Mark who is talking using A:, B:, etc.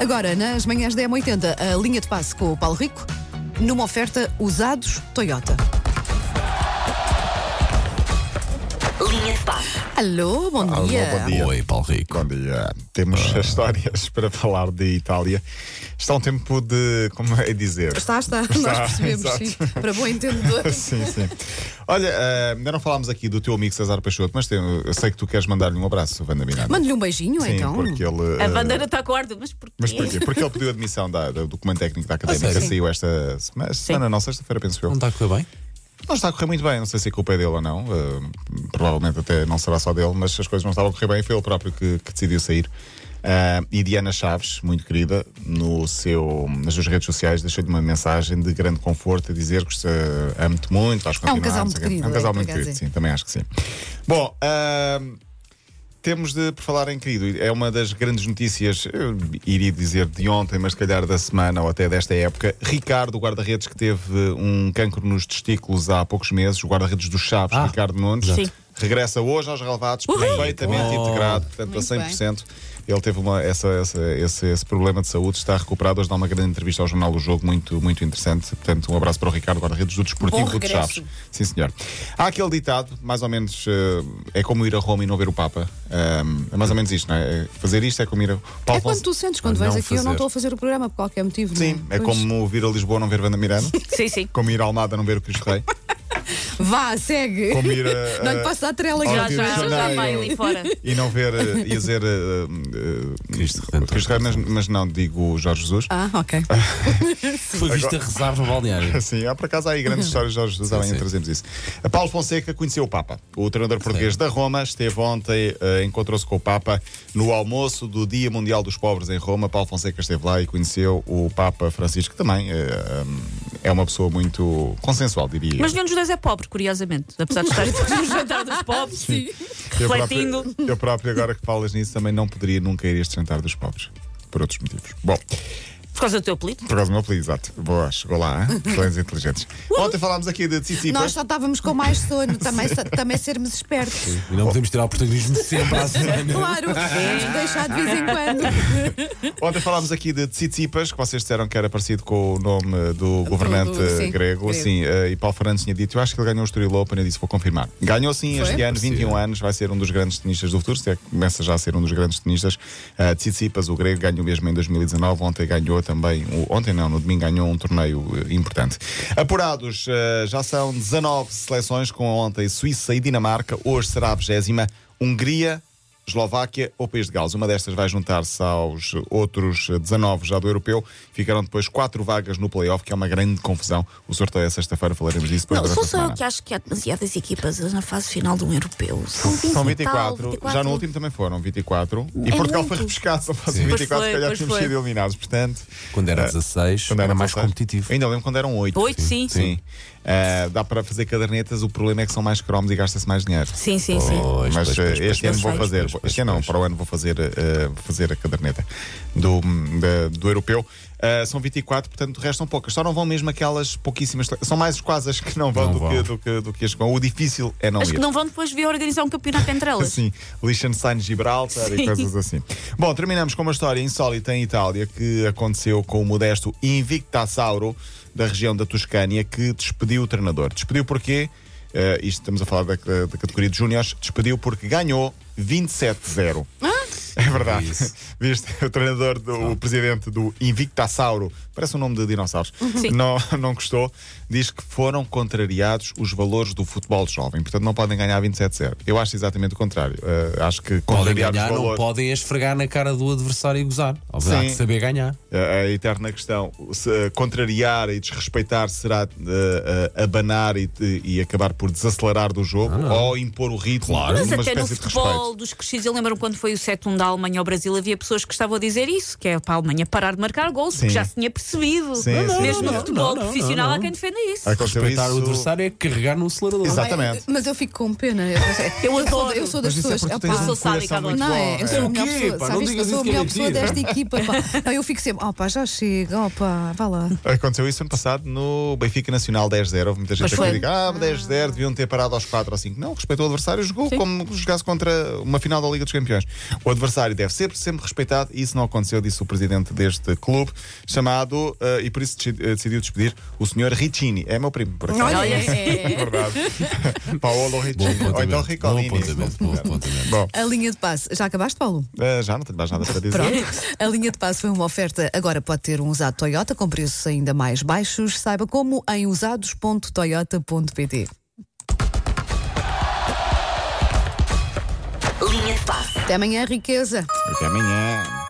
A: Agora, nas manhãs da M80, a linha de passe com o Paulo Rico, numa oferta usados Toyota.
B: Linha de passe.
A: Alô, bom
C: Alô,
A: dia.
C: bom dia.
D: Oi, Paulo Rico.
C: Bom dia. Temos histórias para falar de Itália. Está um tempo de. Como é dizer?
A: Está, está, nós percebemos,
C: exato.
A: sim. Para bom entendedor.
C: Sim, sim. Olha, eh, ainda não falámos aqui do teu amigo César Peixoto, mas tem- eu sei que tu queres mandar-lhe um abraço, Wanda Miranda.
A: Mande-lhe um beijinho,
C: Sim,
A: então.
C: porque ele.
B: A
C: eh,
B: bandeira está com ordem, mas porquê?
C: Mas porquê? Porque ele pediu admissão da, da- do Comando Técnico da Académica,
D: sério?
C: saiu esta semana, semana não, sexta-feira, penso eu.
D: Não está a correr bem?
C: Não está a correr muito bem, não sei se a culpa é dele ou não, eh, provavelmente até não será só dele, mas as coisas não estavam a correr bem, foi ele próprio que, que decidiu sair. Ah, e Diana Chaves, muito querida, no seu, nas suas redes sociais deixou-lhe uma mensagem de grande conforto a dizer que se amo-te muito, vais continuar.
A: casal
C: não
A: muito
C: sei o quê.
A: querido,
C: É um
A: é,
C: casal
A: por
C: muito
A: acaso
C: querido,
A: é.
C: sim, também acho que sim. Bom, ah, temos de, por falar em querido, é uma das grandes notícias, eu iria dizer de ontem, mas se calhar da semana ou até desta época. Ricardo, o guarda-redes que teve um cancro nos testículos há poucos meses, o guarda-redes dos Chaves,
D: Ah,
C: Ricardo Nunes,
B: Sim.
C: regressa hoje aos relevados, perfeitamente
D: Uau.
C: integrado, portanto a
A: Muito bem.
C: 100%. Ele teve uma, essa, essa- esse, esse problema de saúde, está recuperado. Hoje dá uma grande entrevista ao Jornal do Jogo, muito, muito interessante. Portanto, um abraço para o Ricardo Guarda-Redes do
B: Bom
C: Desportivo de
B: regresso.
C: Chaves. Sim, senhor. Há aquele ditado, mais ou menos, eh, é como ir a Roma e não ver o Papa. Ahm, é mais ou menos isto, não é? Fazer isto é como ir a. Paulo
A: É quando
C: Fonse-
A: tu sentes, quando
D: Não
A: vens aqui, eu não
D: fazer.
A: estou a fazer o programa por qualquer motivo.
C: Ah, Sim,
A: não.
C: é
A: Pois.
C: como vir a Lisboa não ver Vanda Miranda,
B: Sim, sim.
C: como ir a Almada não ver o Cristo Rei,
A: Vá, segue.
C: como ir a.
A: Não lhe posso dar trela
C: Olha,
B: Já,
A: aqui.
C: Rio de
B: já, já
C: Janeiro.
B: vai ali fora.
C: E não ver, eh, ia dizer. eh, eh,
D: Cristo Redentor.
C: Cristo Rei, mas, mas não digo Jorge Jesus.
A: Ah, ok.
D: Foi visto a rezar no balneário.
C: Sim, há por acaso há aí grandes histórias de Jorge Jesus, amanhã
D: sim.
C: trazemos isso. A Paulo Fonseca conheceu o Papa. O treinador português da Roma esteve ontem, eh, encontrou-se com o Papa no almoço do Dia Mundial dos Pobres em Roma. Paulo Fonseca esteve lá e conheceu o Papa Francisco, que também eh, hum, é uma pessoa muito consensual, diria.
B: Mas nenhum dos dois é pobre, curiosamente. Apesar de estarem todos no jantar dos pobres.
C: eu,
B: refletindo.
C: próprio, eu próprio, agora que falas nisso, também não poderia nunca ir a este jantar dos pobres, por outros motivos. Bom.
B: Por causa do teu apelido.
C: Por causa do meu apelido, exato. Boa, chegou lá, hein? Planos inteligentes. Ontem falámos aqui de Tsitsipas.
A: Nós só estávamos com mais sono, também, também sermos espertos.
D: E não podemos tirar o protagonismo sempre à né? semana.
A: Claro, temos de deixar de vez em quando.
C: Ontem falámos aqui de Tsitsipas, que vocês disseram que era parecido com o nome do governante
A: do- sim,
C: grego.
A: grego.
C: Sim, eh, e Paulo Fernandes tinha dito, eu acho que ele ganhou o Estoril Open, eu disse, vou confirmar. Ganhou sim
A: Foi?
C: este ano, 21 anos, vai ser um dos grandes tenistas do futuro, se é que começa já a ser um dos grandes tenistas. Eh, Tsitsipas, o grego, ganhou mesmo em 2019, ontem ganhou também, o- ontem não, no domingo ganhou um torneio eh, importante. Apurados, eh, já são 19 seleções, com ontem Suíça e Dinamarca, hoje será a 20 Hungria, Eslováquia ou País de Gales. Uma destas vai juntar-se aos outros 19 já do europeu. Ficaram depois quatro vagas no playoff, que é uma grande confusão. O sorteio é sexta-feira, falaremos disso depois
E: Não,
C: durante
E: sou
C: a
E: só eu
C: semana.
E: que acho que há demasiadas equipas na fase final de um europeu. São 20
C: São
E: e tal,
C: 24,
E: 24.
C: já no último também foram 24. E
E: É
C: Portugal
E: muito.
C: foi repescado, só fazem
B: Pois foi,
C: 24, se calhar
B: pois
C: tínhamos
B: foi.
C: sido eliminados. Portanto,
D: Quando era
C: eh,
D: 16,
C: quando
D: era
C: eram
D: mais
C: 16.
D: competitivo.
C: Ainda lembro quando eram 8.
B: Oito, sim.
C: Sim. Eh, dá para fazer cadernetas, o problema é que são mais cromos e gasta-se mais dinheiro.
B: Sim, sim, sim.
D: Pois,
C: Mas
D: pois,
C: eh,
D: pois, pois,
C: este ano
D: pois,
C: vou
D: pois,
C: fazer,
D: pois, pois,
C: este ano não,
D: pois.
C: para o ano vou fazer, eh, vou fazer a caderneta do, da- do europeu. Eh, são 24, portanto restam poucas. Só não vão mesmo aquelas pouquíssimas. São mais quase as que não vão,
D: Não
C: do, Que,
D: vão.
C: do, que, do que as que vão. O difícil é não
B: As
C: ir.
B: que não vão depois vir organizar um campeonato entre elas.
C: Sim, Liechtenstein, Gibraltar e
B: Sim.
C: coisas assim. Bom, terminamos com uma história insólita em Itália que aconteceu com o modesto Invictasauro da região da Toscânia que despediu o treinador. Despediu porquê? Eh, isto estamos a falar da, da categoria de júniores. Despediu porque ganhou 27-0. É verdade.
D: Isso.
C: Viste? O treinador, do, o presidente do Invictasauro, parece um nome de dinossauros,
B: Sim.
C: não, não gostou. Diz que foram contrariados os valores do futebol jovem. Portanto, não podem ganhar 27-0. Eu acho exatamente o contrário. Uh, acho que
D: Podem
C: contrariar
D: ganhar,
C: os
D: não
C: valores.
D: podem é esfregar na cara do adversário e gozar. Obviamente, há
C: Sim.
D: de saber ganhar.
C: Uh, a eterna questão, se, uh, contrariar e desrespeitar será uh, uh, abanar e, e acabar por desacelerar do jogo ou impor o ritmo.
D: Ah, Claro.
B: Mas
C: uma
B: até no
C: espécie de respeito.
B: futebol dos crescidos, eu lembro quando foi o 7-1 da Alemanha ao Brasil, havia pessoas que estavam a dizer isso, que é para a Alemanha parar de marcar gols,
C: Sim.
B: porque já se tinha percebido.
C: Sim, Não, não, sim,
B: Mesmo
C: sim.
B: no futebol
D: Não, não,
B: profissional
D: não,
B: há
D: não.
B: quem defenda isso.
C: Aconteceu
D: Respeitar
C: isso-
D: o adversário é carregar no acelerador.
C: Exato. Exatamente.
A: Mas eu fico com pena. Eu,
B: Eu
A: eu sou,
B: adoro.
A: eu sou das
C: Mas isso é
A: pessoas.
C: porque tu
A: opá,
C: tens
B: sou
C: um
B: sádica
C: coração
B: agora.
C: muito
A: não,
C: bom.
A: é, eu sou a
D: É o
A: melhor
D: quê,
A: pessoa.
D: pá?
A: Sabes
D: Não
A: que eu
D: digas
A: sou a
D: isso que é
A: melhor pessoa
D: mentira.
A: desta equipa. Pá. Não, eu fico sempre, opá, já chega, opá, vá lá.
C: Aconteceu isso ano passado no Benfica Nacional 10-0. Houve muita gente
B: Pois
C: a
B: foi.
C: criticar: ah, 10-0, deviam ter parado aos 4 ou 5. Não, respeitou o adversário, jogou como se jogasse contra uma final da Liga dos Campeões. O adversário adversário deve ser sempre respeitado e isso não aconteceu, disse o presidente deste clube, chamado, eh, e por isso deci- eh, decidiu despedir o senhor Ricini. É meu primo, por acaso.
A: Olha,
C: É verdade. Paolo
D: Bom
C: Ricini. Ou então
D: apontamento. Bom
C: Ricolini.
D: apontamento. Bom apontamento.
C: Bom,
A: A linha de passe. Já acabaste, Paulo?
C: eh, já não tenho mais nada para dizer.
A: Pronto. A linha de passe foi uma oferta. Agora pode ter um usado Toyota com preços ainda mais baixos. Saiba como em usados.toyota.pt.
E: Linha de passe.
A: Até amanhã, riqueza.
C: Até amanhã.